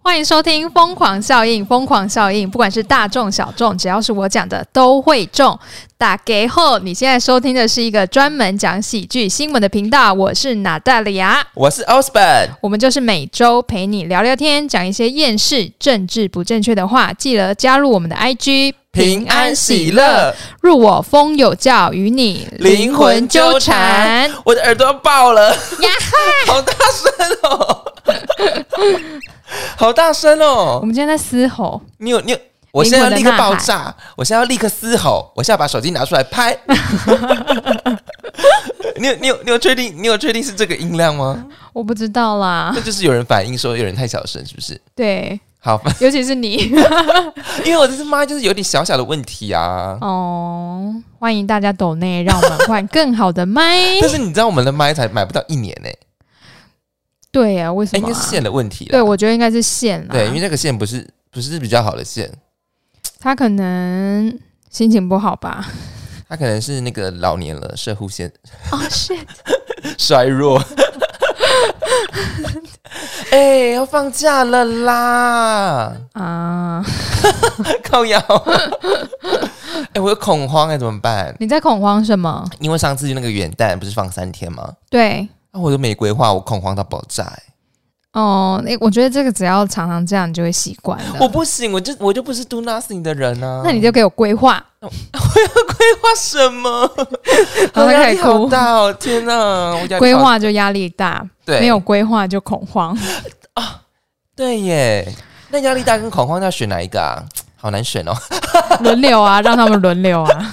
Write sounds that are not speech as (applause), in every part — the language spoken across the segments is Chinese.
欢迎收听《疯狂效应》，疯狂效应，不管是大众小众，只要是我讲的都会中。打给后，你现在收听的是一个专门讲喜剧新闻的频道，我是娜大利亚，我是 Osborn。我们就是每周陪你聊聊天，讲一些厌世、政治不正确的话。记得加入我们的 IG，平安喜乐，入我风有教，与你灵魂纠缠。我的耳朵爆了，呀！ (laughs) 好大声哦， (laughs) 好大声我哦！们今天在嘶吼，你有你有，我现在要立刻灵魂的呐爆喊炸，我现在要立刻嘶吼，我现在把手机拿出来拍。 (laughs) 你有你有你有确定你有确定是这个音量吗？我不知道啦那。就是有人反映说有人太小声，是不是？对，好， (laughs) 尤其是你因为我这次妈就是有点小小的问题啊。哦，欢迎大家抖内，让我们换更好的 (laughs) 麦。但是你知道我们的麦才买不到一年呢、对呀、为什哎应么、该啊是？线的问题啦对，我觉得应该是线啦。对，因为那个线不是不是比较好的线，他可能心情不好 (laughs) 吧。它可能是那个老年了，射 (laughs) 护线哦，是衰弱。 (laughs) 哎、要放假了啦，啊，靠腰。 (laughs) 哎、我有恐慌哎、怎么办？你在恐慌什么？因为上次那个元旦不是放三天吗？对，那、我都没规划，我恐慌到爆炸、哎 (laughs) 哦，诶我觉得这个只要常常这样，你就会习惯的。我不行，我就我就不是 do nothing 的人啊。 (laughs) 那你就给我规划，规划什么？好像我压开力始好哭。大哦！天哪，我压力好规划就压力大，对没有规划就恐慌。对耶，那压力大跟恐慌要选哪一个啊？好难选哦， (laughs) 轮流啊，让他们轮流啊。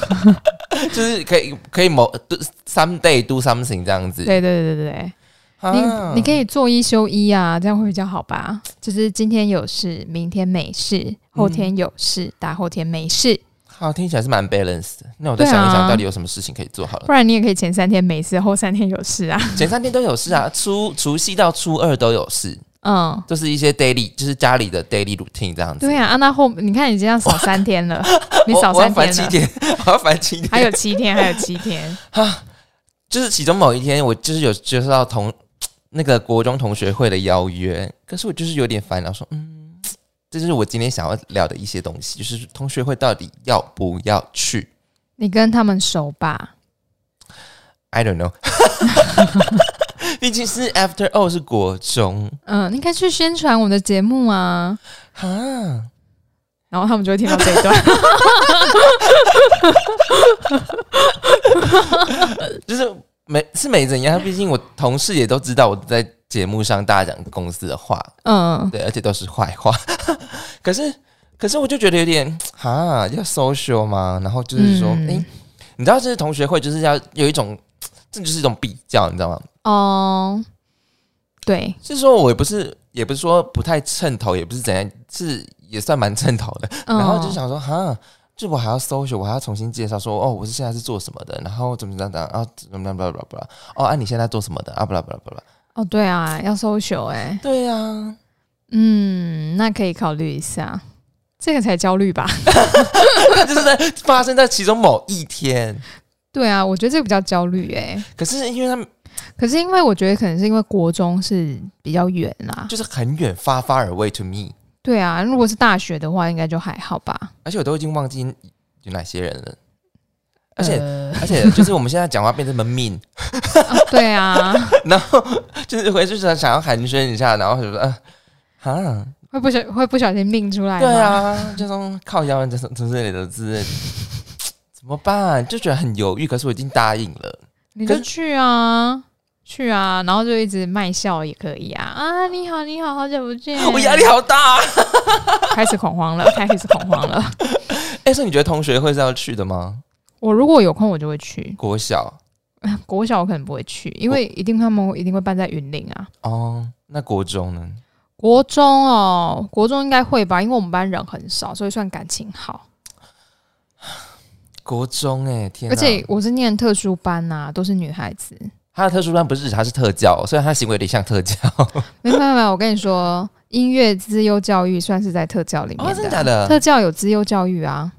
就是可以可以某 do someday do something 这样子。对对对对对，啊你你可以做一休一啊，这样会比较好吧？就是今天有事，明天没事，后天有事，大后天没事，好，听起来是蛮 balanced 的。那我再对啊想一想，到底有什么事情可以做好了？ (laughs) 不然你也可以前三天没事，后三天有事啊。前三天都有事啊，初除夕到初二都有事，嗯，都是一些 daily，就是家里的 daily routine 这样子。对啊，啊那后你看你这样少三天 (laughs) 了，你我少我要三烦天啊七了，天， (laughs) 我要烦七天。还有七天，还有七天。就是其中某一天，我就是有接受到同那个国中同学会的邀约，可是我就是有点烦恼，说嗯，这就是我今天想要聊的一些东西，就是同学会到底要不要去你跟他们熟吧？ ？I don't know，毕竟是 After All 是国中嗯，你应该去宣传我们的节目啊，啊，然后他们就会听到这一 (laughs) 段。就是没是没怎样，毕竟我同事也都知道我在节目上大讲公司的话，嗯，对，而且都是坏话。 (laughs) 可是，可是我就觉得有点哈，要 social 嘛，然后就是说，嗯诶，你知道，这是同学会，就是要有一种，这就是一种比较，你知道吗？哦，对，是说我也不是，也不是说不太称头，也不是怎样，是也算蛮称头的。嗯、然后就想说，哈。就我还要 social，我还要重新介绍说，哦，我是现在是做什么的，然后怎么怎么怎么，然后怎么怎么怎么怎么，哦，啊，你现在做什么的啊？不啦不啦不啦，哦，对啊，要 social 哎、对呀、啊，嗯，那可以考虑一下，这个才焦虑吧？ (laughs) 那 (laughs) 就是在发生在其中某一天，对啊，我觉得这个比较焦虑哎、可是因为他们可是因为我觉得可能是因为国中是比较远啦，就是很远，发发而未 to me。对啊，如果是大学的话，应该就还好吧。而且我都已经忘记有哪些人了，而且、呃而且就是我们现在讲话变得那么 mean， (laughs) 啊 (laughs) 对啊，然后就是回去想想要寒暄一下，然后就说啊。啊，会不小会不小心命出来吗对，啊，这种靠腰这种从这里的字，怎么办？就觉得很犹豫，可是我已经答应了。你可就是去啊。去啊，然后就一直卖笑也可以啊啊！你好，你好，好久不见， (laughs) 我压力好大、开始恐慌了， (laughs) 开始恐慌了。哎、所以你觉得同学会是要去的吗？我如果有空，我就会去。国小国小我可能不会去，因为一定他们一定会办在云林啊。哦，那国中呢？国中哦，国中应该会吧，因为我们班人很少，所以算感情好。国中哎、天哪！而且我是念特殊班呐、都是女孩子。他的特殊班不是他是特教，虽然他行为有点像 (laughs) 特教。没有没有没有，我跟你说，音乐资优教育算是在特教里面哦，真的假的。的？特教有资优教育啊，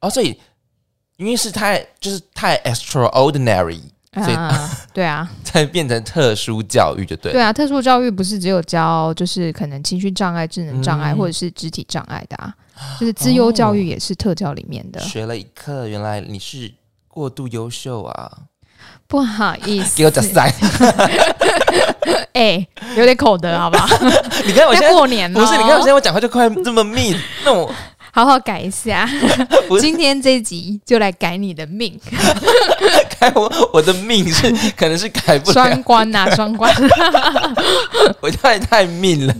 哦，所以因为是太就是太 extraordinary， (laughs) 所以啊，对啊，才变成特殊教育就对了。对啊，特殊教育不是只有教就是可能情绪障碍、智能障碍、嗯或者是肢体障碍的啊，就是资优教育也是特教里面的。学了一课，原来你是过度优秀啊！不好意思， (laughs) 给我讲塞，哎、有点口德好不好？你看 (laughs) 我现在在过年哦不呢、是，你看我现在我讲话就快这么密，那我好好改一下 (laughs) 不。是今天这一集就来改你的命，改我我的命是可能是改 (laughs) 不了，双关呐、啊，双关。 (laughs) 我太太命了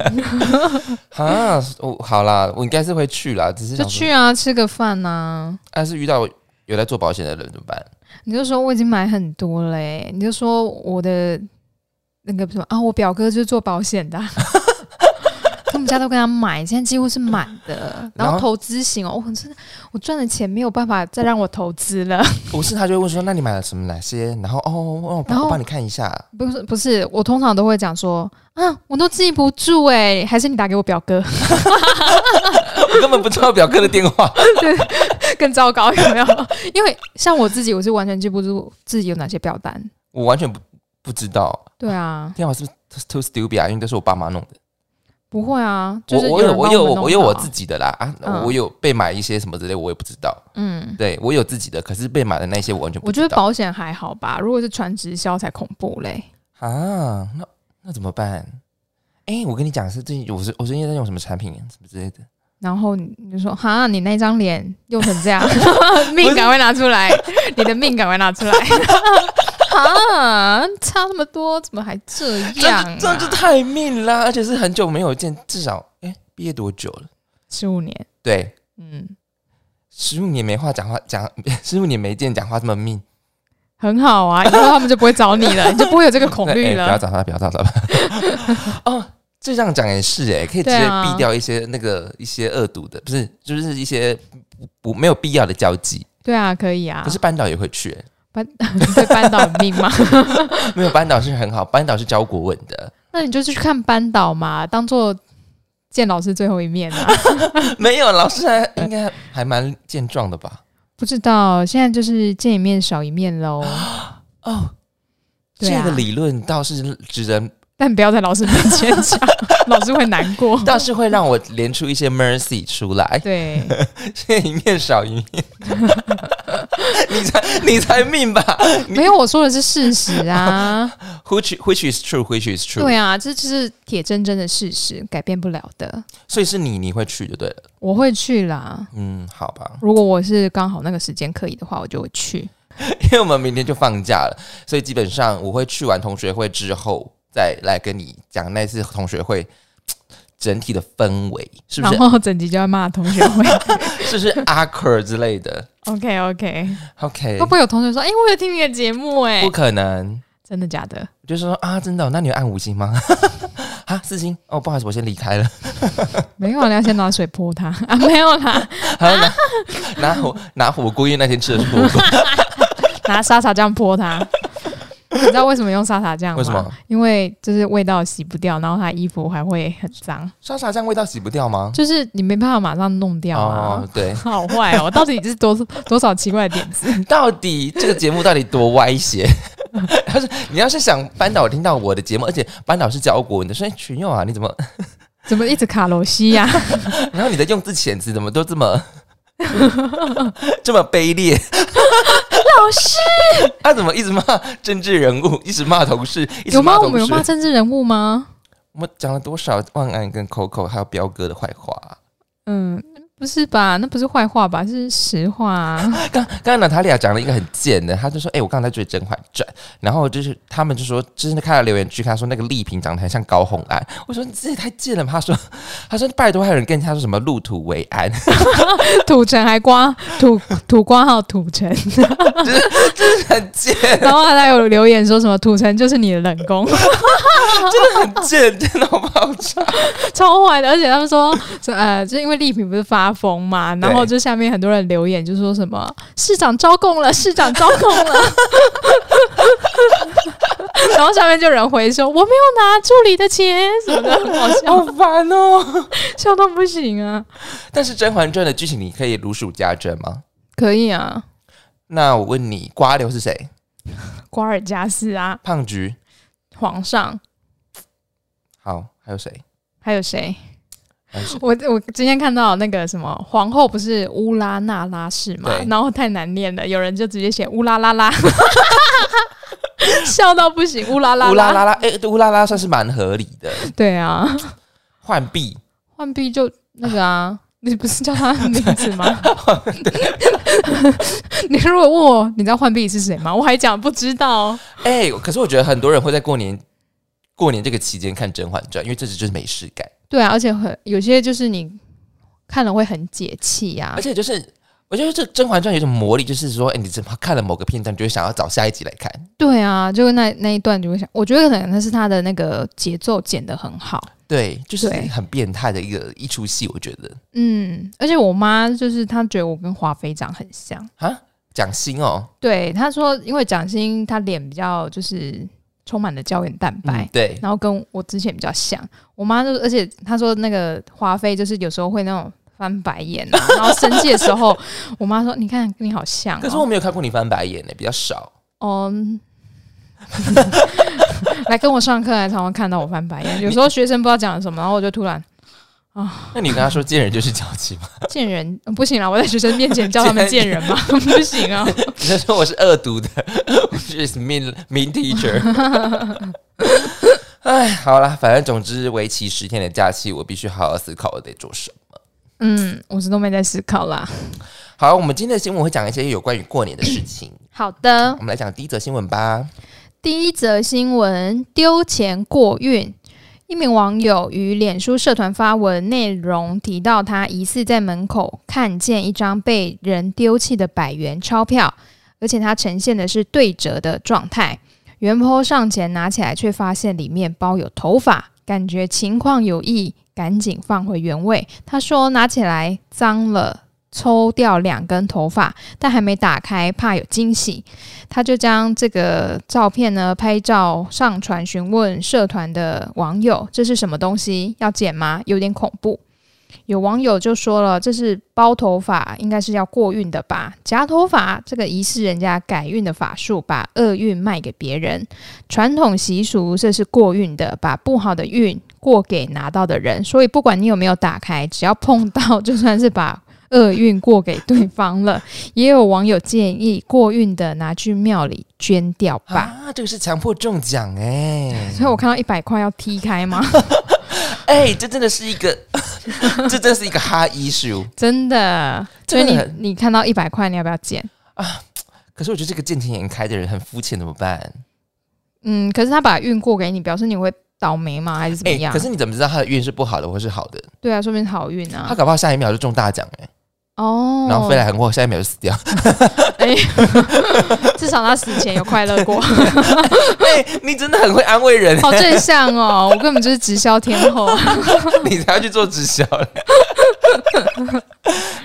(laughs) 啊！我好啦，我应该是会去啦，只是就想说，去啊，吃个饭呐、但是遇到有在做保险的人怎么办？你就说我已经买很多嘞、你就说我的那个什么啊，我表哥就是做保险 (laughs) 的啊、他们家都跟他买，现在几乎是满的。然然后后投资型哦，我真的我赚的钱没有办法再让我投资了。不是，他就会问说，那你买了什么哪些？然后哦，哦我然帮后我帮你看一下。不是不是，我通常都会讲说啊，我都记不住哎、还是你打给我表哥我根本不知道表哥的电话，更糟糕有没有？因为像我自己，我是完全记不住自己有哪些表单。我完全不不知道。对啊，天啊，我是不是 too stupid 啊？因为都是我爸妈弄的。不会啊，就我是我有人帮有们我弄有好我啊自己的啦啊，嗯我有被买一些什么之类，我也不知道。嗯。对我有自己的，可是被买的那些我完全不我觉知得道。保险还好吧，如果是传直销才恐怖嘞。啊，那那怎么办？哎、我跟你讲，是最近我是我最近在用什么产品啊什么之类的，然后你你就说哈，你那张脸用成这样， (laughs) 命是赶快拿出来，你的命赶快拿出来。 (laughs) 啊，差那么多，怎么还这这样、样就这样就啊？太命啦，而且是很久没有见，至少哎毕、业多久了？十五年，对，嗯，十五年没话讲话讲， (laughs) 十五年没见讲话这么命，很好啊，以后他们就不会找你了，你就不会有这个恐 (laughs) 哎虑不要哦了。找他，不要找他。 (laughs) 哦，这样讲也是哎、可以直对接啊避掉一些那个一些恶毒的，不是，就是一些不不没有必要的交际。对啊，可以啊可。是班导也会去、欸班你对班导有命吗？ (laughs) (laughs) 没有班导是很好，班导是教国文的， (laughs) 那你就去看班导嘛，当做见老师最后一面啊。没有老师还应该还蛮健壮的吧？不知道，现在就是见一面少一面喽。哦，对啊这个理论倒是只能，但不要在老师面前讲， (laughs) 老师会难过。倒是会让我连出一些 mercy 出来， (laughs) 对，见一面少一面。 (laughs) 你才你才命吧没有我说的是事实 (laughs) 啊， ？Which which is true, which is true。对啊，这就是铁铮铮的事实，改变不了的。所以是你你会去就对了。我会去啦，嗯，好吧， (laughs) 如果我是刚好那个时间可以的话，我就会去。因为我们明天就放假了，所以基本上我会去完同学会之后再来跟你讲那次同学会整体的氛围是不然是后整集就要骂同学会。 (laughs) 是不是阿 Q 之类的 OK OK， ？OK，会不会有同学说：“哎、我有听你的节目、哎不，可能。真的假的我就说啊，真的哦、那你有按五星吗？ (laughs) 啊，四星哦，不好意思，我先离开了。？” (laughs) 没有啊，你要先拿水泼他 (laughs) 啊，没有啦，还有拿、 (laughs) 拿火拿火锅，因为那天吃的是火 (laughs) 锅。拿沙茶酱泼他。 (laughs) 你知道为什么用沙茶酱吗？为什么？因为就是味道洗不掉，然后他衣服还会很脏。沙茶酱味道洗不掉吗？就是你没办法马上弄掉啊。哦，对，好坏 (laughs) 哦，到底是多多少奇怪的点子？到底这个节目到底多歪斜？ (laughs) 他说：“你要是想班导听到我的节目，而且班导是教国文的，说哎群佑啊，你怎么？ (laughs) 怎么一直卡罗西啊呀、然后你的用字遣词怎么都这么 (laughs) 这么卑劣？ (laughs) 老师 (laughs) 他、怎么一直骂政治人物，一直骂同事，一直有骂吗？我同们有事骂？政治人物吗？我们讲了多少万安跟 Coco 还有彪哥的坏话啊、嗯，不是吧？那不是坏话吧？是实话、啊。 (laughs) 刚刚刚娜塔莉亚讲了一个很贱的，她就说：“哎、我刚才在追《甄嬛传》，然后就是他们就说，就是看了留言区，她说那个丽萍长得很像高红安。 (laughs) 我说你这也太贱了吧？她说，她说拜托，还有人跟她说什么入土为安，土城还刮土土刮号土城，很贱，然后还有留言说什么土城就是你的冷宫，很贱，真的好不好笑？超坏的。而且他们说， (laughs) 呃，就是因为丽萍不是发疯嘛，然后就下面很多人留言就说什么市长招供了， (laughs) 市长招供了。 (laughs) 然后下面就有人回说我没有拿助理的钱什么的，好笑好烦哦！ (laughs) 笑到不行啊！但是《甄嬛传》的剧情你可以如数家珍吗？可以啊，那我问你，瓜流是谁？瓜尔佳斯啊，胖菊，皇上，好，还有谁？还有谁？还有谁？我我今天看到那个什么皇后不是乌拉那拉氏嘛对，然后太难念了，有人就直接写乌拉拉 (laughs) 拉，笑到不行，乌拉拉乌拉拉拉，哎、对乌拉拉算是蛮合理的。对啊，浣碧，浣碧就那个啊。你不是叫她的名字吗？ (laughs) 你如果问我你知道浣碧是谁吗？我还讲不知道。哎、可是我觉得很多人会在过年过年这个期间看《甄嬛传》，因为这只就是没事干，对啊，而且很有些就是你看了会很解气啊呀、而且就是。我觉得这《甄嬛传》有一种魔力，就是说，哎、你只看了某个片段，你就会想要找下一集来看。对啊，就那那一段就会想，我觉得可能那是他的那个节奏剪得很好。对，就是对很变态的一个一出戏，我觉得嗯，而且我妈就是她觉得我跟华妃长很像。啊，蒋欣哦，对，她说因为蒋欣她脸比较就是充满了胶原蛋白。嗯，对，然后跟我之前比较像，我妈就，而且她说那个华妃就是有时候会那种翻白眼、啊，然后生气的时 (laughs) 候，我妈说：“你看跟你好像、哦。”可是我没有看过你翻白眼呢、比较少。嗯， (laughs) 来跟我上课还常常看到我翻白眼，有时候学生不知道讲什么，然后我就突然那你跟他说见人就是娇妻吗？ (laughs) 见人、嗯不行了，我在学生面前叫他们见人吗？ (laughs) 不行啊，你就说我是恶毒的， (laughs) 我是 mean mean teacher。哎，好啦，反正总之，为期十天的假期，我必须好好思考我得做什么。嗯，我是都没在思考啦。好，我们今天的新闻会讲一些有关于过年的事情。好的我，们来讲第一则新闻吧。第一则新闻：丢钱过运。一名网友于脸书社团发文，内容提到他疑似在门口看见一张被人丢弃的百元钞票，而且它呈现的是对折的状态。袁坡上前拿起来，却发现里面包有头发，感觉情况有异，赶紧放回原位。他说拿起来脏了。抽掉两根头发，但还没打开，怕有惊喜，他就将这个照片呢拍照上传，询问社团的网友这是什么东西，要剪吗？有点恐怖。有网友就说了，这是包头发，应该是要过运的吧？夹头发这个仪式，人家改运的法术，把厄运卖给别人。传统习俗，这是过运的，把不好的运过给拿到的人。所以不管你有没有打开，只要碰到，就算是把厄运过给对方了。也有网友建议，过运的拿去庙里捐掉吧。啊，这个是强迫中奖 (laughs) 哎、所以我看到一百块要踢开吗？ (laughs) 哎、这真的是一个， (laughs) 这真的是一个哈 issue。真的，所这以个你很你看到一百块，你要不要捡？可是我觉得这个见钱眼开的人很肤浅，怎么办？嗯，可是他把运过给你，表示你会倒霉吗？还是怎么哎、样？可是你怎么知道他的运是不好的或是好的？对啊，说明是好运他啊。搞不好下一秒就中大奖哎、哦，然后飞来横祸，下一秒就死掉。 (laughs) 哎，至少他死前有快乐过，哎、你真的很会安慰人， (laughs) 好正向哦！我根本就是直销天后。啊 (laughs) 你才要去做直 (laughs) 销嘞。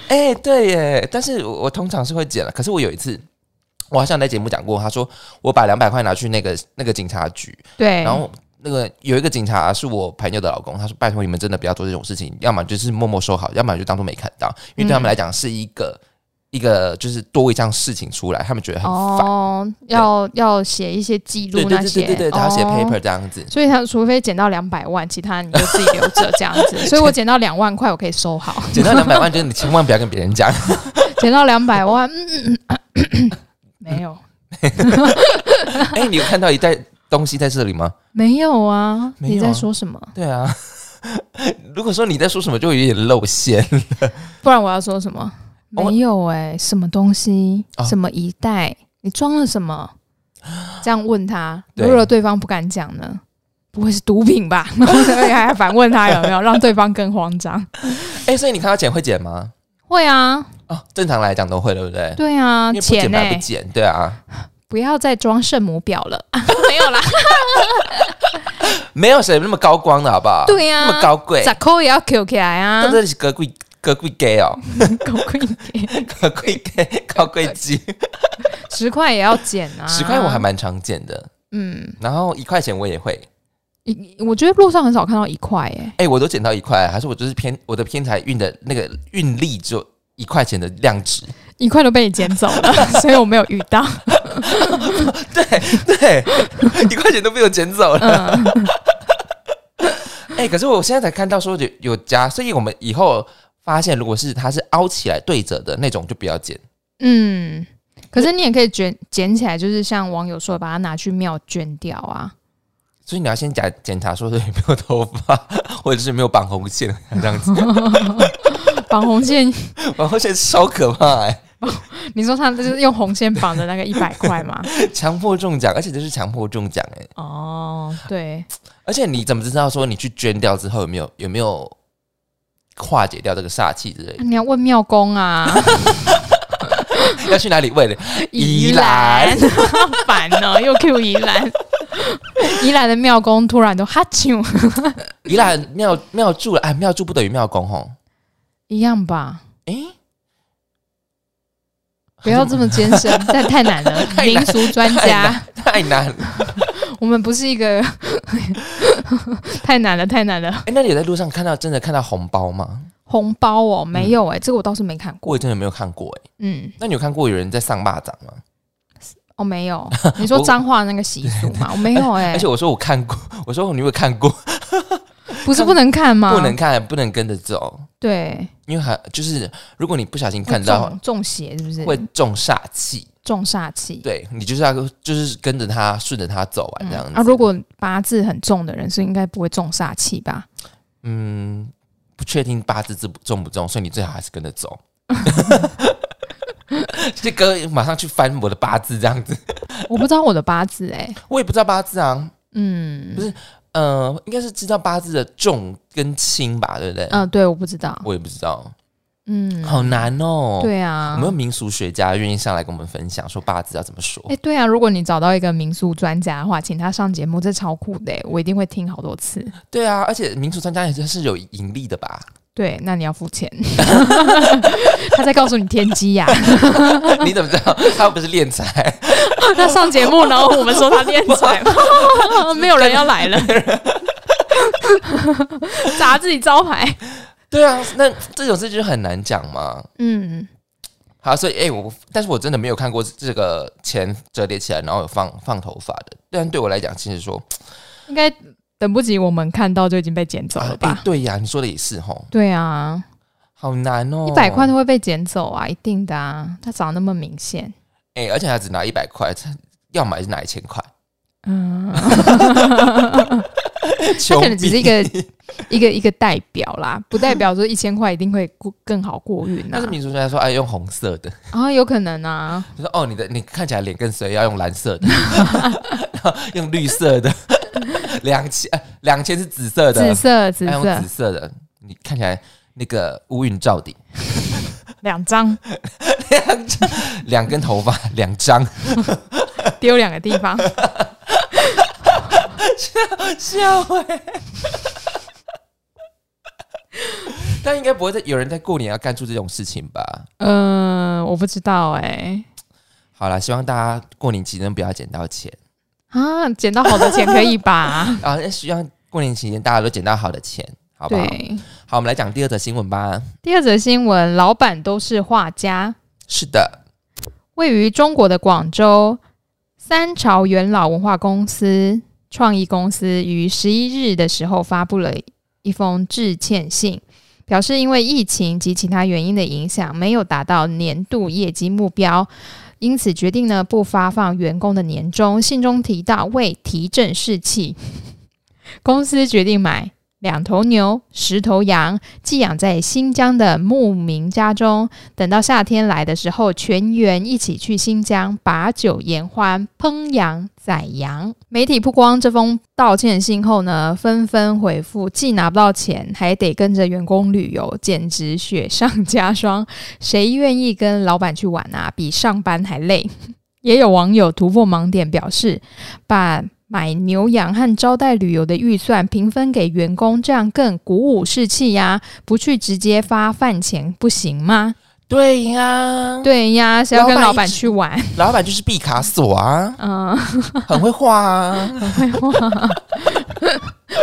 哎、对耶，但是我我通常是会剪了，可是我有一次。我好像在节目讲过，他说我把两百块拿去那个那个警察局，对，然后那个有一个警察是我朋友的老公，他说拜托你们真的不要做这种事情，要么就是默默收好，要么就当做没看到，因为对他们来讲是一嗯个、一个就是多一项事情出来，他们觉得很烦。哦，要要写一些记录对对那对些，对对对，然后写哦 paper 这样子，所以他除非捡到两百万，其他你就自己留着这样子。所以我捡到两万块，我可以收 (laughs) 好；捡到两百万，就是你千万不要跟别 (laughs) 人讲。捡到两百万，嗯嗯嗯，没有，哎、你有看到一袋东西在这里吗？没有啊！没有啊你在说什么？对啊， (laughs) 如果说你在说什么，就有点露馅。不然我要说什么？哦我没有哎、什么东西？哦什么一袋？你装了什 (gasps) 么？这样问他，对如果对方不敢讲呢？不会是毒品吧？ (laughs) 然后还反问他有没有，让对方更慌 (laughs) 张。 (laughs) 哎、所以你看到钱会捡吗？会啊，哦，正常来讲都会，对不对？对啊，因为不钱捡呢、白不捡，对啊。不要再装圣母婊了， (laughs) 没有啦，没有谁那么高光的好不好？对啊呀那么高欸贵，咋扣也要 Q 起来啊但！这是高贵高贵 (laughs) gay 哦，狗贵一点，高贵 gay 高贵鸡， (laughs) 十块也要减 (laughs) 啊！十块我还蛮常见的，嗯，然后一块钱我也会，一我觉得路上很少看到一块欸耶、哎，我都捡到一块，还是我就是偏我的偏财运的那个运力只有一块钱的量值， (laughs) 一块都被你捡走了，所以我没有遇到。对，一块钱都被我捡走了。嗯， (laughs) 哎、可是我现在才看到说有有加，所以我们以后发现，如果是它是凹起来对折的那种，就不要剪。嗯，可是你也可以卷捡起来，就是像网友说，把它拿去庙捐掉啊。所以你要先检检查说有没有头发，或者是没有绑红线这样子。绑红线， (laughs) 绑红线超可怕哎、你说他就是用红线绑的那个一百块吗？强迫中奖，而且这是强迫中奖哎、哦，对，而且你怎么知道说你去捐掉之后有没有有没有化解掉这个煞气之类的？你要问庙公 (laughs) 啊，要去哪里问？宜兰宜兰， (laughs) 烦哦，又 Q 宜兰，宜兰的庙公突然都哈啾，宜兰庙庙祝了，哎，庙祝不等于庙公吼。一样吧。哎、不要这么艰 (laughs) 深，但太难了。民俗专家，太难了。我们不是一个 (laughs) 太难了，太难了。哎、那你有在路上看到真的看到红包吗？红包哦，没有哎、这个我倒是没看过。我也真的没有看过哎、嗯，那你有看过有人在上蚂蚱吗？哦，没 (laughs) 有。你说脏话那个习俗嘛？我没有哎、而且我说我看过， (laughs) 我说你有没有看过，不是不能看吗？不能看，不能跟着走，对，因为还就是如果你不小心会看到中中邪是不是？会中煞气，中煞气。对你就是要就是跟着他顺着他走完这样子。啊，如果八字很重的人是应该不会中煞气 (laughs) 吧？嗯不确定八字重不重不重，所以你最好还是跟 (laughs) 着走。 (laughs) 这哥马上去翻我的八字这样子，我不知道我的八字哎、我也不知道八字啊，嗯，不是呃，应该是知道八字的重跟轻吧，对不对？嗯、对，我不知道，我也不知道，嗯，好难哦。对啊，有没有民俗学家愿意上来跟我们分享说八字要怎么说哎、？对啊，如果你找到一个民宿专家的话，请他上节目，这超酷的欸，我一定会听好多次。对啊，而且民俗专家也是有盈利的吧？ (laughs) 对，那你要付钱，他在告诉你天机呀、你怎么知道他又不是敛财？ (laughs) 那上节目，然后我们说他敛财， (laughs) 没有人要来了， (laughs) 砸自己招牌。 (laughs) 对啊，那这种事就很难讲嘛。嗯，好，所以哎、我但是我真的没有看过这个钱折叠起来，然后有放放头发的。但对我来讲，其实说应该等不及我们看到就已经被捡走啊了哎、吧？对呀，你说的也是吼，对啊，好难哦，一百块都会被捡走啊，一定的啊，他长得那么明显。哎、而且他只拿一百块，他要买是拿一千块，嗯，他 (laughs) 他可能只是一 (laughs) 个一个一个代表啦，不代表说一千块一定会过更好过运 (laughs) 但啊是。民俗专家说，哎，用红色的。啊，有可能啊，就说哦，你的你看起来脸更衰，要用蓝色的， (laughs) 然后用绿色的，两千呃两千是紫色的，紫色紫要用色紫色的，你看起来那个乌云罩顶，两张两根头发两张，丢两个地方， (laughs) 笑哎、但应该不会在有人在过年要干出这种事情吧？嗯、我不知道哎、好啦，希望大家过年期间不要捡到钱啊，捡到好的钱可以吧？啊！希望过年期间大家都捡到好的钱， (laughs) 好不好？对，好，我们来讲第二则新闻吧。第二则新闻，老板都是画家。是的，位于中国的广州，三朝元老文化公司创意公司于十一日的时候发布了一封致歉信，表示因为疫情及其他原因的影响，没有达到年度业绩目标。因此决定呢不发放员工的年终。信中提到，为提振士气，公司决定买两头牛、十头羊，寄养在新疆的牧民家中，等到夏天来的时候，全员一起去新疆把酒言欢、烹羊、宰羊。媒体曝光这封道歉信后呢，纷纷回复，既拿不到钱，还得跟着员工旅游，简直雪上加霜。谁愿意跟老板去玩啊？比上班还累。 (laughs) 也有网友突破盲点，表示把。买牛羊和招待旅游的预算平分给员工，这样更鼓舞士气呀！不去直接发饭钱不行吗？对呀、对呀，谁要跟老板去玩？老板就是毕卡索啊，嗯，很会 (laughs) 画啊，很会画，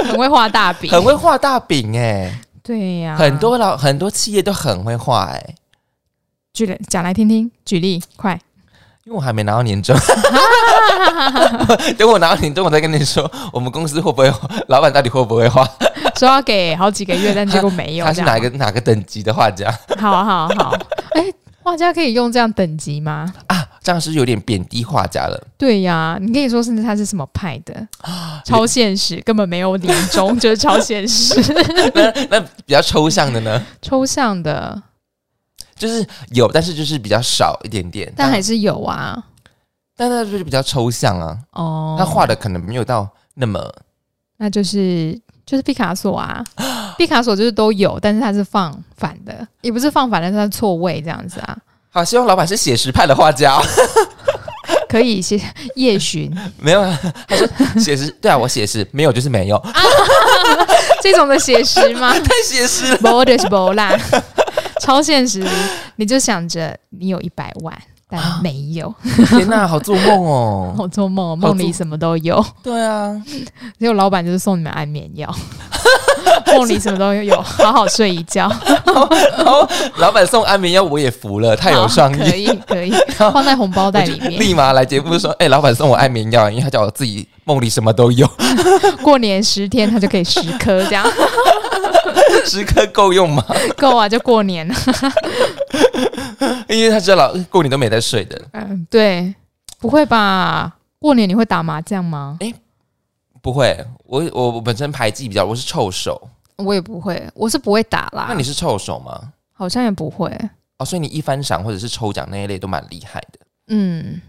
很会画大饼。 (laughs) 很会画大饼哎、对呀，很多老很多企业都很会画哎、举例讲来听听，举例快。因为我还没拿到 (laughs) 年终，等我拿到年终，我再跟你说，我们公司会不会，老板到底会不会花？说要给好几个月，但结果没有。 (laughs) 他是这样哪个哪个等级的画家好好好，哎、画家可以用这样等级吗？啊？这样是有点贬低画家 (laughs) 了。对呀、你可以说甚至他是什么派的，啊超现实，根本没有年终，就是超现实， (laughs) 那那比较抽象的呢，抽象的，就是有，但是就是比较少一点点。但还是有啊。但那就是比较抽象啊，哦，他画的可能没有到那么那就是就是毕卡索啊，毕卡索就是都有，但是他是放反的，也不是放反的，但是他错位这样子啊。好。希望老板是写实派的画家哦、 (laughs) 可以写 (laughs) 夜巡没有啊，他说写实，对啊，我写实，没有就是没有，这种的写实 (laughs) 吗？ (laughs) 太写实了。不就是不啦， (laughs) 超现实。你就想着你有一百万，但没有。天哪、好做梦哦。我做梦，梦里什么都有，对啊，结果老板就是送你们安眠 (laughs) 药，梦里什么都有，好好睡一觉。然后老板送安眠药，我也服了，太有创好可意。以可以，放在红包袋里面。立马来节目说，哎、老板送我安眠药，因为他叫我自己梦里什么都 (laughs) 有，过年十天，他就可以十颗，这 (laughs) 样十颗够用吗？够啊，就过年了。因为他知道老过年都没在睡的，嗯，对，不会吧？过年你会打麻将吗？不会，我我我本身牌技比较，我是臭手，我也不会，我是不会打啦。那你是臭手吗？好像也不会。哦，所以你一翻赏或者是抽奖那一类都蛮厉害的，嗯，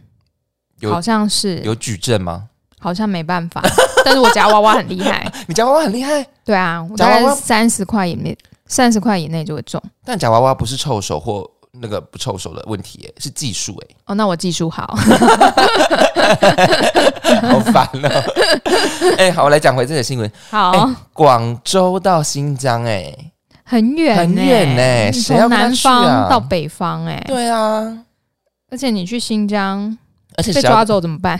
有好像是，有矩阵吗？好像没办法。 (laughs) 但是我夹娃娃很厉害，你夹娃娃很厉害，对 (laughs) 啊，我夹大娃概娃三十块以内，三十块以内就会中。但夹娃娃不是臭手或那个不臭手的问题耶，是技术哎，哦，那我技术 (laughs) 好，好烦哦、 (laughs) 哎、好，我来讲回这个新闻。好，哎广州到新疆哎、很远、欸，很远欸你谁要从跟他南去方啊到北方、欸，哎，对啊，而且你去新疆而且被谁抓要走怎么办？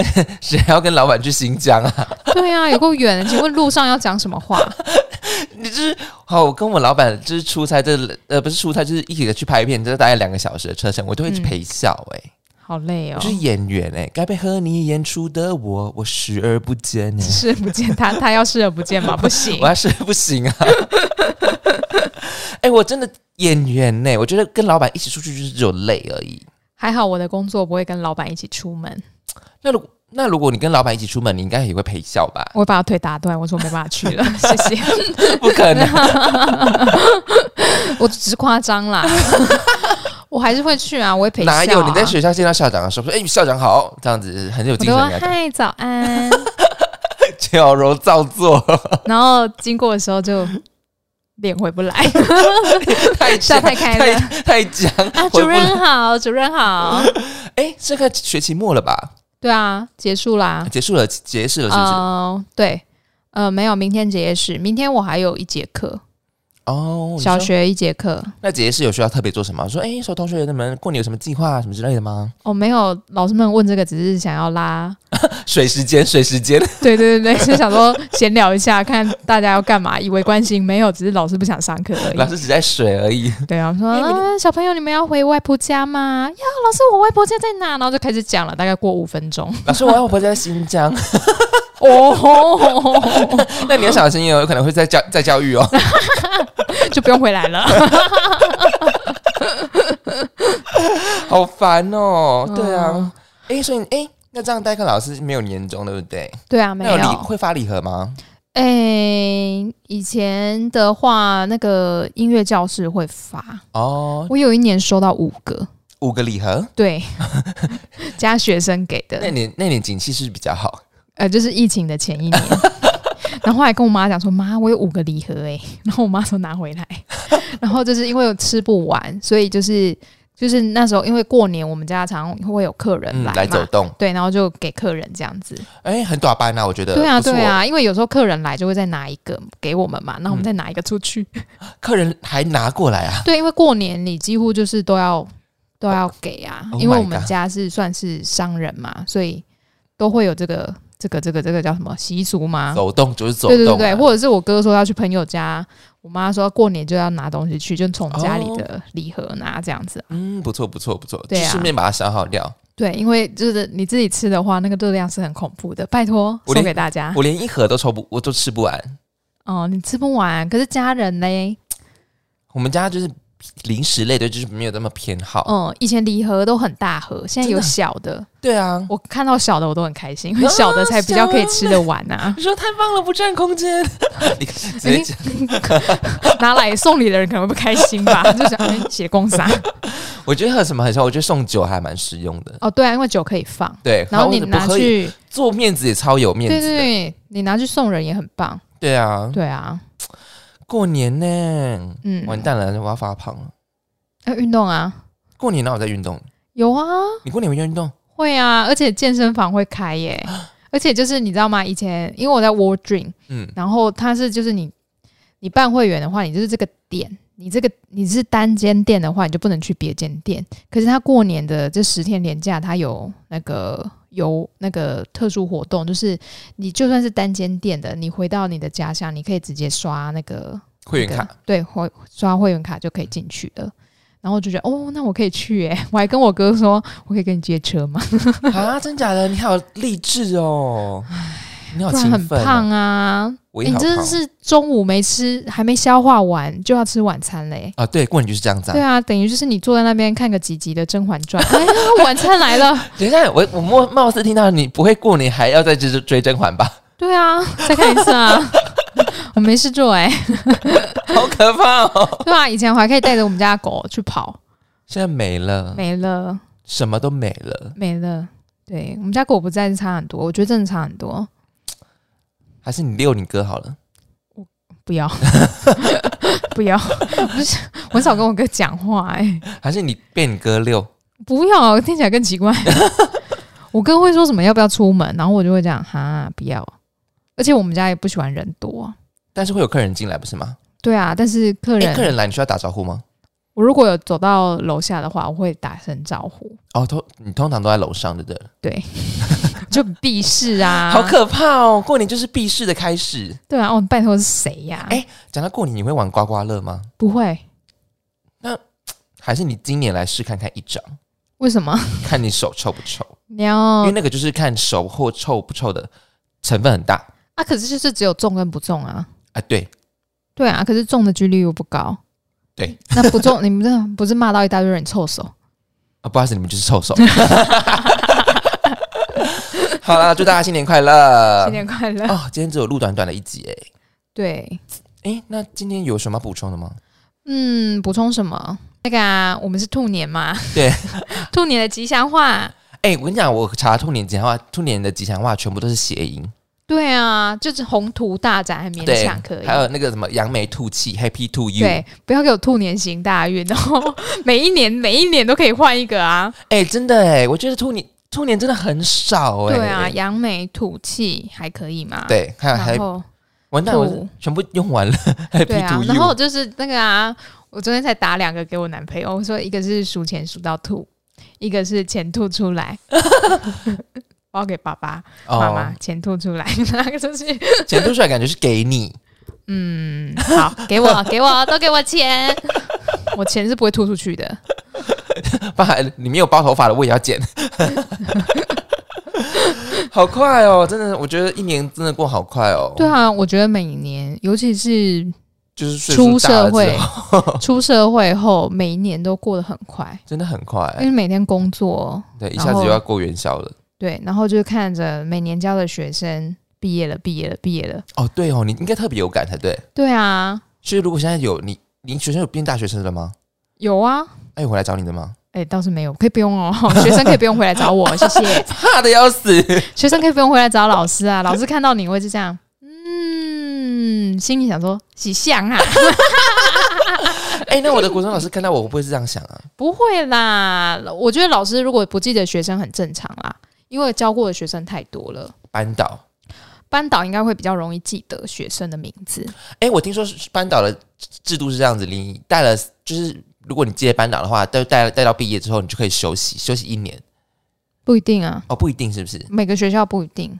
(laughs) (laughs) 谁要跟老板去新疆啊？ (laughs) 对啊，有够远的，请问路上要讲什么话？ (laughs) 你就是好，我跟我老板就是出差这呃不是出差，就是一起的去拍片，就是大概两个小时的车程，我都会嗯陪笑哎、好累哦我就，是演员哎、该配合你演出的我，我视而不见 (laughs) 哎、视而不见他，他要视而不见吗？不行 (laughs) 我，还是不行啊。 (laughs) 哎、我真的演员呢、哎我觉得跟老板一起出去就是只有累而已。还好我的工作不会跟老板一起出门，那如那如果你跟老板一起出门，你应该也会陪笑 (laughs)？吧我会把他腿打断，我说我没办法去了，谢谢。不可能， (laughs) 我只是夸张啦， (laughs) 我还是会去啊，我会陪笑、啊。哪有你在学校见到校长的时候说：“哎、校长好”，这样子很有我精都神说感，嗨，早安。 (laughs) 矫揉造作，然后经过的时候就脸回不来， (laughs) 太笑太开了 (laughs) 太太僵啊！主回不任好，主任好。哎、这个学期末了吧？对啊，结束啦。结束了，结束了， (laughs) 是不是？嗯，对，呃，没有，明天结业式，明天我还有一节课，哦，你小说学一节课。那结业是有需要特别做什么？说哎，欸说同学你们过年有什么计划什么之类 (laughs) 的吗？哦，没有，老师们问这个只是想要拉，水时间，水时间， (laughs) 对对对对，就想说闲聊一下，看大家要干嘛，以为关心，没有，只是老师不想上课而老已。师只在水而已。对啊，我说、哎明啊、小朋友，你们要回外婆家吗？呀，老师，我外婆家在哪？然后就开始讲了，大概过五分 (laughs) 钟。老师，我要不在 (laughs) 新疆，哦吼，那你要小心哦，有可能会再教再教育哦。 (laughs) 就不用回来了。好烦哦。嗯对啊，哎、所以哎、欸那这样代课老师没有年终，对不对？ (laughs) 对啊，没那礼有。会发礼盒吗？哎、以前的话，那个音乐教室会发，哦，我有一年收到五个，五个礼盒。 (laughs) 对，加学生给那的，年那年景气是不是比较好，呃，就是疫情的前一年。 (laughs) 然后后来跟我妈讲说，妈，我有五个礼盒哎、然后我妈说拿回来，然后就是因为我吃不完，所以就是就是那时候因为过年我们家常会有客人来嗯，嘛，来走动，对，然后就给客人这样子，哎、很短班啊，我觉得对啊，不错对，啊，因为有时候客人来就会再拿一个给我们嘛，那我们嗯再拿一个出去。 (laughs) 客人还拿过来啊，对，因为过年你几乎就是都要都要给啊 Oh 因为 my 我们 God 家是算是商人嘛，所以都会有这个这个这个这个叫什么习俗吗？走动就是走动、对啊，对对对，或者是我哥说要去朋友家，我妈说过年就要拿东西去，就从家里的礼盒拿这样子。嗯，不错不错不错，对啊就顺便把它消耗掉。对，因为就是你自己吃的话，那个热量是很恐怖的，拜托我送连给大家。我连一盒都抽不，我都吃不完。哦，你吃不完，可是家人嘞，我们家就是零食类的，就是没有那么偏好。嗯，以前礼盒都很大盒，现在有真的小的，对啊，我看到小的我都很开 (laughs) 心，因为小的才比较可以吃得完啊。你说太棒了，不占空间。 (laughs) 你直接讲，拿来送礼的人可能会不开心 (laughs) 吧，就想哎写公啥？我觉得和什么很像，我觉得送酒还蛮实用的。哦，对啊，因为酒可以放，对，然后你不拿喝也去，做面子也超有面对对子的。对，你拿去送人也很棒，对啊，对啊，过年呢，嗯，完蛋了，我要发胖了。要运动啊，过年哪有在运动？有啊，你过年有运动？会啊，而且健身房会开 (gasps) 耶，而且就是你知道吗？以前因为我在 World Dream，嗯，然后它是就是你你办会员的话，你就是这个点。你这个你是单间店的话，你就不能去别间店。可是他过年的这十天连假，他有那个有那个特殊活动，就是你就算是单间店的，你回到你的家乡，你可以直接刷那个会员那个卡，对，会刷会员卡就可以进去了。然后我就觉得，哦，那我可以去耶！ (laughs) 我还跟我哥说，我可以跟你借车 (laughs) 吗？啊，真假的？你好励志哦，你好不勤然很奋、哦胖，啊！我也你好真的胖是中午没吃，还没消化完就要吃晚餐嘞。啊，对，过年就是这样子、啊对。啊，等于就是你坐在那边看个几集的《甄嬛传》， (laughs) 哎呀，晚餐来了。 (laughs) 等一下，我我貌貌似听到你不会过年还要再追追甄 (laughs) 嬛吧？对啊，再看一次啊。 (laughs) 我没事做哎、好可怕 (laughs) 哦！对啊，以前我还可以带着我们家的狗去跑，现在没了，没了什么都没了，没了。对我们家狗不在是差很多，我觉得真的差很多。还是你遛你哥好了。不要， (laughs) 不要，不是，我很少跟我哥讲话、哎，还是你被你哥遛？不要，听起来更奇怪。 (laughs) 我哥会说什么要不要出门，然后我就会讲哈不要，而且我们家也不喜欢人多，但是会有客人进来，不是吗？对啊，但是客哎、人，客人来，你需要打招呼吗？我如果有走到楼下的话，我会打声招 (laughs) 呼，哦，通你通常都在楼上，对不对？对，就避世啊，好可怕哦！过年就是避世的开始。对啊，哦，拜托是谁呀、哎讲到过年，你会玩刮刮乐吗？不会，还是你今年来试看看一张，为什么 (laughs) 看你手臭不臭？你因要为那个就是看手或臭不臭的成分很大。啊？可是就是只有中跟不中啊，哎、对，对啊，可是中的几率又不高。对，那不中，你们这不是骂到一大堆人臭手？啊，不好意思，你们就是臭 (laughs) 手。好啦，祝大家新年快乐！新年快乐！哦，今天只有录短短的一集哎。对，诶，那今天有什么补充的吗？嗯，补充什么？那个啊，我们是兔年嘛，对， (laughs) 兔年的吉祥话。诶，我跟你讲，我查兔年吉祥话，兔年的吉祥话全部都是谐音，对啊，就是宏图大展还勉对强可，以还。有那个什么扬眉吐气，Happy to you。对，不要给我兔年行大运，然后 (laughs) 每一年每一年都可以换一个啊。诶，哎真的诶，我觉得兔年兔年真的很少诶。对啊，扬眉吐气还可以嘛。，对，还有还然后完蛋，兔我全部用完了 (laughs) 对，Happy 啊 to，然后 you。就是那个啊，我昨天才打两个给我男朋友，我说一个是数钱数到吐，一个是钱吐出 (laughs) 来，我要给爸爸。妈妈，钱吐出来， (laughs) 那个就是钱哦吐出来感觉是给你，嗯， (laughs) 好，给我，给我，都给我钱， (laughs) 我钱是不会吐出去的。不然你没有包头发的，我也要剪。 (laughs) 好快哦，真的，我觉得一年真的过好快哦。对，啊，我觉得每年，尤其是就是岁出数大了社之会后，出社会后，每一年都过得很快， (laughs) 真的很快、因为每天工作，对，一哎然下子后就要过元宵了。对，然后就看着每年教的学生毕业了，毕业了，毕业了。哦，对哦，你应该特别有感才对。对啊，所以如果现在有你，你学生有变大学生了吗？有啊，哎，我来找你的吗？哎、倒是没有，可以不用哦， (laughs) 学生可以不用回来找 (laughs) 我，谢谢。怕的要死。学生可以不用回来找老师啊，老师看到你会是这样，嗯，心里想说喜相啊， (laughs) 哎，那我的国中老师看到我，会不会是这样想啊？不会啦，我觉得老师如果不记得学生很正常啦，因为教过的学生太多了，班导，班导应该会比较容易记得学生的名字，哎，我听说是班导的制度是这样子，你带了就是。如果你接班导的话，带带带到毕业之后，你就可以休息休息一年不一定啊，哦，不一定是不是？每个学校不一定，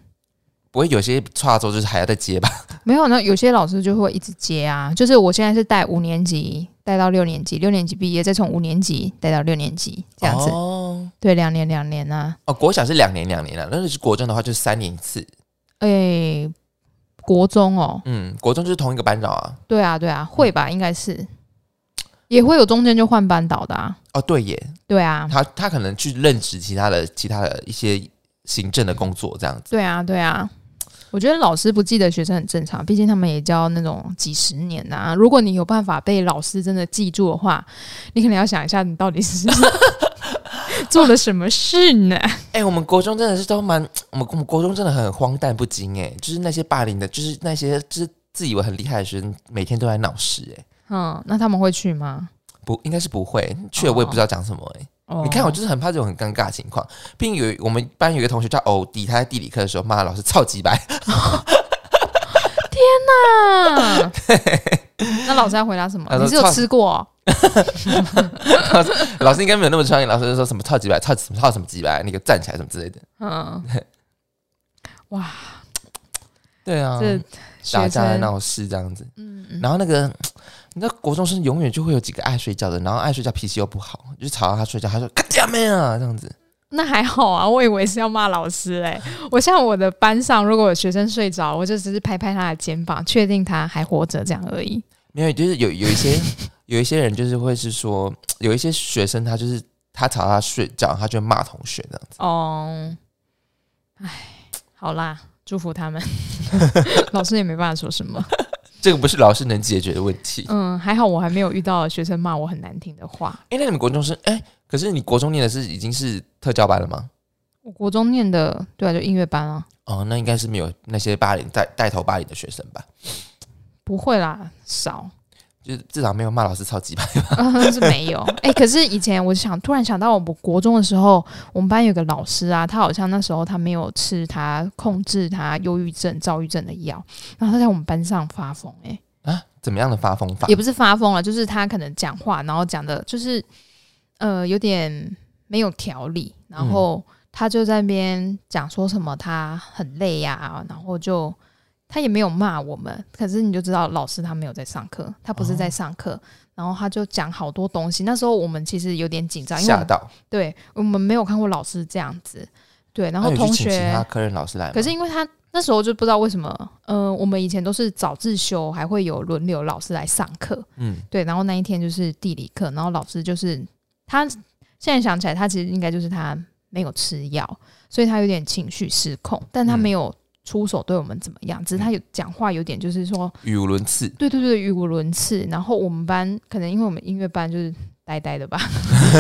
不会有些差周就是还要再接吧？没有呢，有些老师就会一直接啊。就是我现在是带五年级，带到六年级，六年级毕业，再从五年级带到六年级这样子。哦对，两年两年啊。哦，国小是两年两年了，那是国中的话就是三年一次。诶、国中哦，嗯，国中就是同一个班长啊。对啊对啊，会吧，应该是也会有中间就换班导的啊。哦，对耶，对啊，他他可能去任职其他的其他的一些行政的工作这样子。对啊，对啊。我觉得老师不记得学生很正常，毕竟他们也教那种几十年呐、如果你有办法被老师真的记住的话，你可能要想一下，你到底是 (laughs) 做了什么事呢？哎、我们国中真的是都蛮，我们我们国中真的很荒诞不经哎，就是那些霸凌的，就是那些就是自以为很厉害的学生，每天都在闹事哎，嗯，那他们会去吗？不应该是不会，去了我也不知道讲什么哎。哦你看，我就是很怕这种很尴尬的情况，并有我们班有一个同学叫欧弟，他在地理课的时候骂老师操几百， (laughs) 啊， (laughs) 那老师要回答什么他？说你是有创吃过哦、老师应该没有那么专业，老师就说什么操几百，操什么操什么几百，那个站起来什么之类的。嗯，哇，对啊，这打学架生，闹事这样子。嗯嗯，然后那个，你知道国中生永远就会有几个爱睡觉的，然后爱睡觉脾气又不好，就是吵到他睡觉，他说干架妹啊这样子。那还好啊，我以为是要骂老师嘞、我像我的班上，如果有学生睡着，我就只是拍拍他的肩膀，确定他还活着这样而已。没有，就是有有一些有一些人就是会是说，有一些学生他就是他吵到他睡觉，他就会骂同学这样子。哦，哎，好啦，祝福他们。老师也没办法说什么。这个不是老师能解决的问题。嗯，还好我还没有遇到学生骂我很难听的话。哎、那你们国中生，哎、可是你国中念的是已经是特教班了吗？我国中念的对啊，就音乐班啊，哦，那应该是没有那些霸凌带带头霸凌的学生吧？不会啦，少。就是至少没有骂老师超级吧？嗯，是没有。哎、可是以前我想突然想到，我们国中的时候，我们班有个老师啊，他好像那时候他没有吃他控制他忧郁症、躁郁症的药，然后他在我们班上发疯、欸，啊，怎么样的发疯法也？不是发疯了，就是他可能讲话，然后讲的就是呃有点没有条理，嗯然后他就在那边讲说什么他很累呀、然后就他也没有骂我们，可是你就知道老师他没有在上课，他不是哦在上课。然后他就讲好多东西，那时候我们其实有点紧张，因为我吓们到，对我们没有看过老师这样子，对，然后那有去同请其学他科任老师来吗，可是因为他那时候就不知道为什么，呃，我们以前都是早自修，还会有轮流老师来上课，嗯，对，然后那一天就是地理课，然后老师就是他，现在想起来，他其实应该就是他没有吃药，所以他有点情绪失控，但他嗯没有出手对我们怎么样，只是他有讲话有点就是说，语无伦次，对对对，语无伦次。然后我们班可能因为我们音乐班就是呆呆的吧，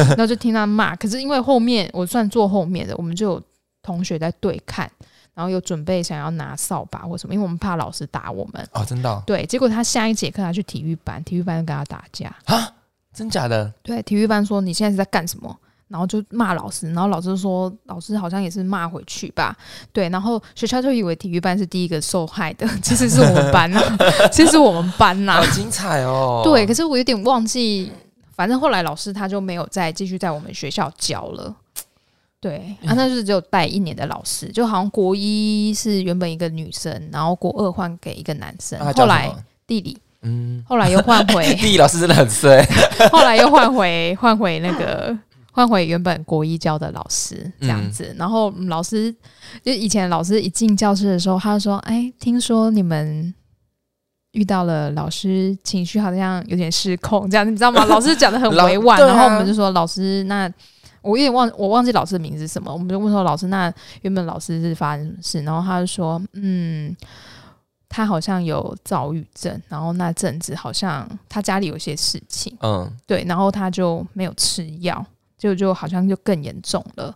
然后就听他骂。可是因为后面我算坐后面的，我们就有同学在对看，然后有准备想要拿扫把或什么，因为我们怕老师打我们。哦，真的哦、对，结果他下一节课他去体育班，体育班跟他打架。啊真假的？对，体育班说你现在是在干什么？然后就骂老师，然后老师说老师好像也是骂回去吧，对，然后学校就以为体育班是第一个受害的，其实是我们班呐、啊 (laughs) 其实是我们班呐、好精彩哦！啊对，可是我有点忘记，反正后来老师他就没有再继续在我们学校教了。对，啊，那就是只有带一年的老师，就好像国一是原本一个女生，然后国二换给一个男生，那他啊叫后什来么地理， (laughs) 嗯，后来又换回，地理老师真的很衰， (laughs) 后来又换回换回那个换回原本国一教的老师这样子。然后嗯老师就以前老师一进教室的时候，他就说：“哎，听说你们。”遇到了老师情绪好像有点失控，这样你知道 (laughs) 吗？老师讲的很老委婉，对啊然后我们就说老师，那我有点忘，我忘记老师的名字是什么，我们就问说老师，那原本老师是发生什么事？然后他就说，嗯，他好像有躁郁症，然后那阵子好像他家里有些事情，嗯，对，然后他就没有吃药，就就好像就更严重了。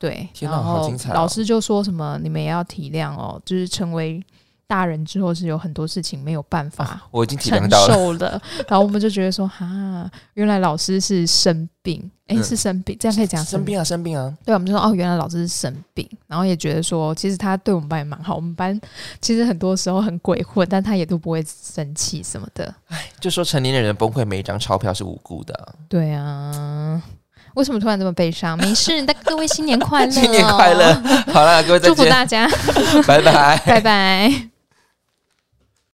对，天哪然好后精彩哦老师就说什么你们也要体谅哦，就是成为大人之后是有很多事情没有办法我已经啊体啊承谅到了，受了。 (laughs) 然后我们就觉得说，哈，原来老师是生病，诶，嗯是生病，这样可以讲生。病啊，生病啊，对，我们就说哦，原来老师是生病，然后也觉得说，其实他对我们班也蛮好。我们班其实很多时候很鬼混，但他也都不会生气什么的。就说成年人的崩溃，每一张钞票是无辜的啊、对啊，为什么突然这么悲伤？没事，那各位 (laughs) (laughs) 新年快乐、哦，新年快乐！好啦，各位再祝福见，大家，拜拜。拜拜。